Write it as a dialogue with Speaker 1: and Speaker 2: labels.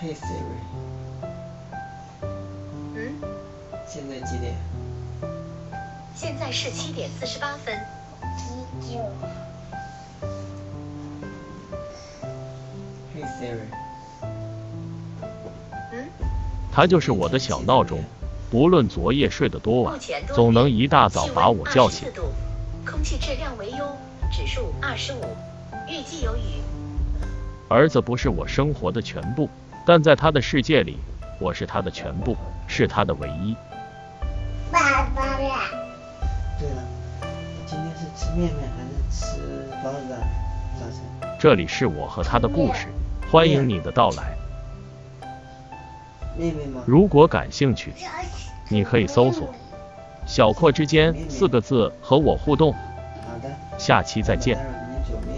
Speaker 1: Hey Siri，
Speaker 2: 嗯，
Speaker 1: 现在几点？
Speaker 2: 现在是七点四十八分。
Speaker 3: 啤酒，
Speaker 1: Hey Siri，
Speaker 2: 嗯，
Speaker 4: 它就是我的小闹钟，不论昨夜睡得多晚
Speaker 2: 目前，多
Speaker 4: 总能一大早
Speaker 2: 气温
Speaker 4: 把我叫
Speaker 2: 24
Speaker 4: 醒。
Speaker 2: 度，空气质量为优，指数二十五，预计有雨。
Speaker 4: 儿子不是我生活的全部，但在他的世界里，我是他的全部，是他的唯一。
Speaker 3: 爸爸啦，
Speaker 1: 对了，今天是吃面面还是吃包子啊？早晨，
Speaker 4: 这里是我和他的故事，欢迎你的到来。
Speaker 1: 面面吗？
Speaker 4: 如果感兴趣，你可以搜索“小阔之间
Speaker 1: 面”面
Speaker 4: 四个字和我互动。
Speaker 1: 好的，
Speaker 4: 下期再见
Speaker 1: 待。会儿我们煮面。
Speaker 3: 嗯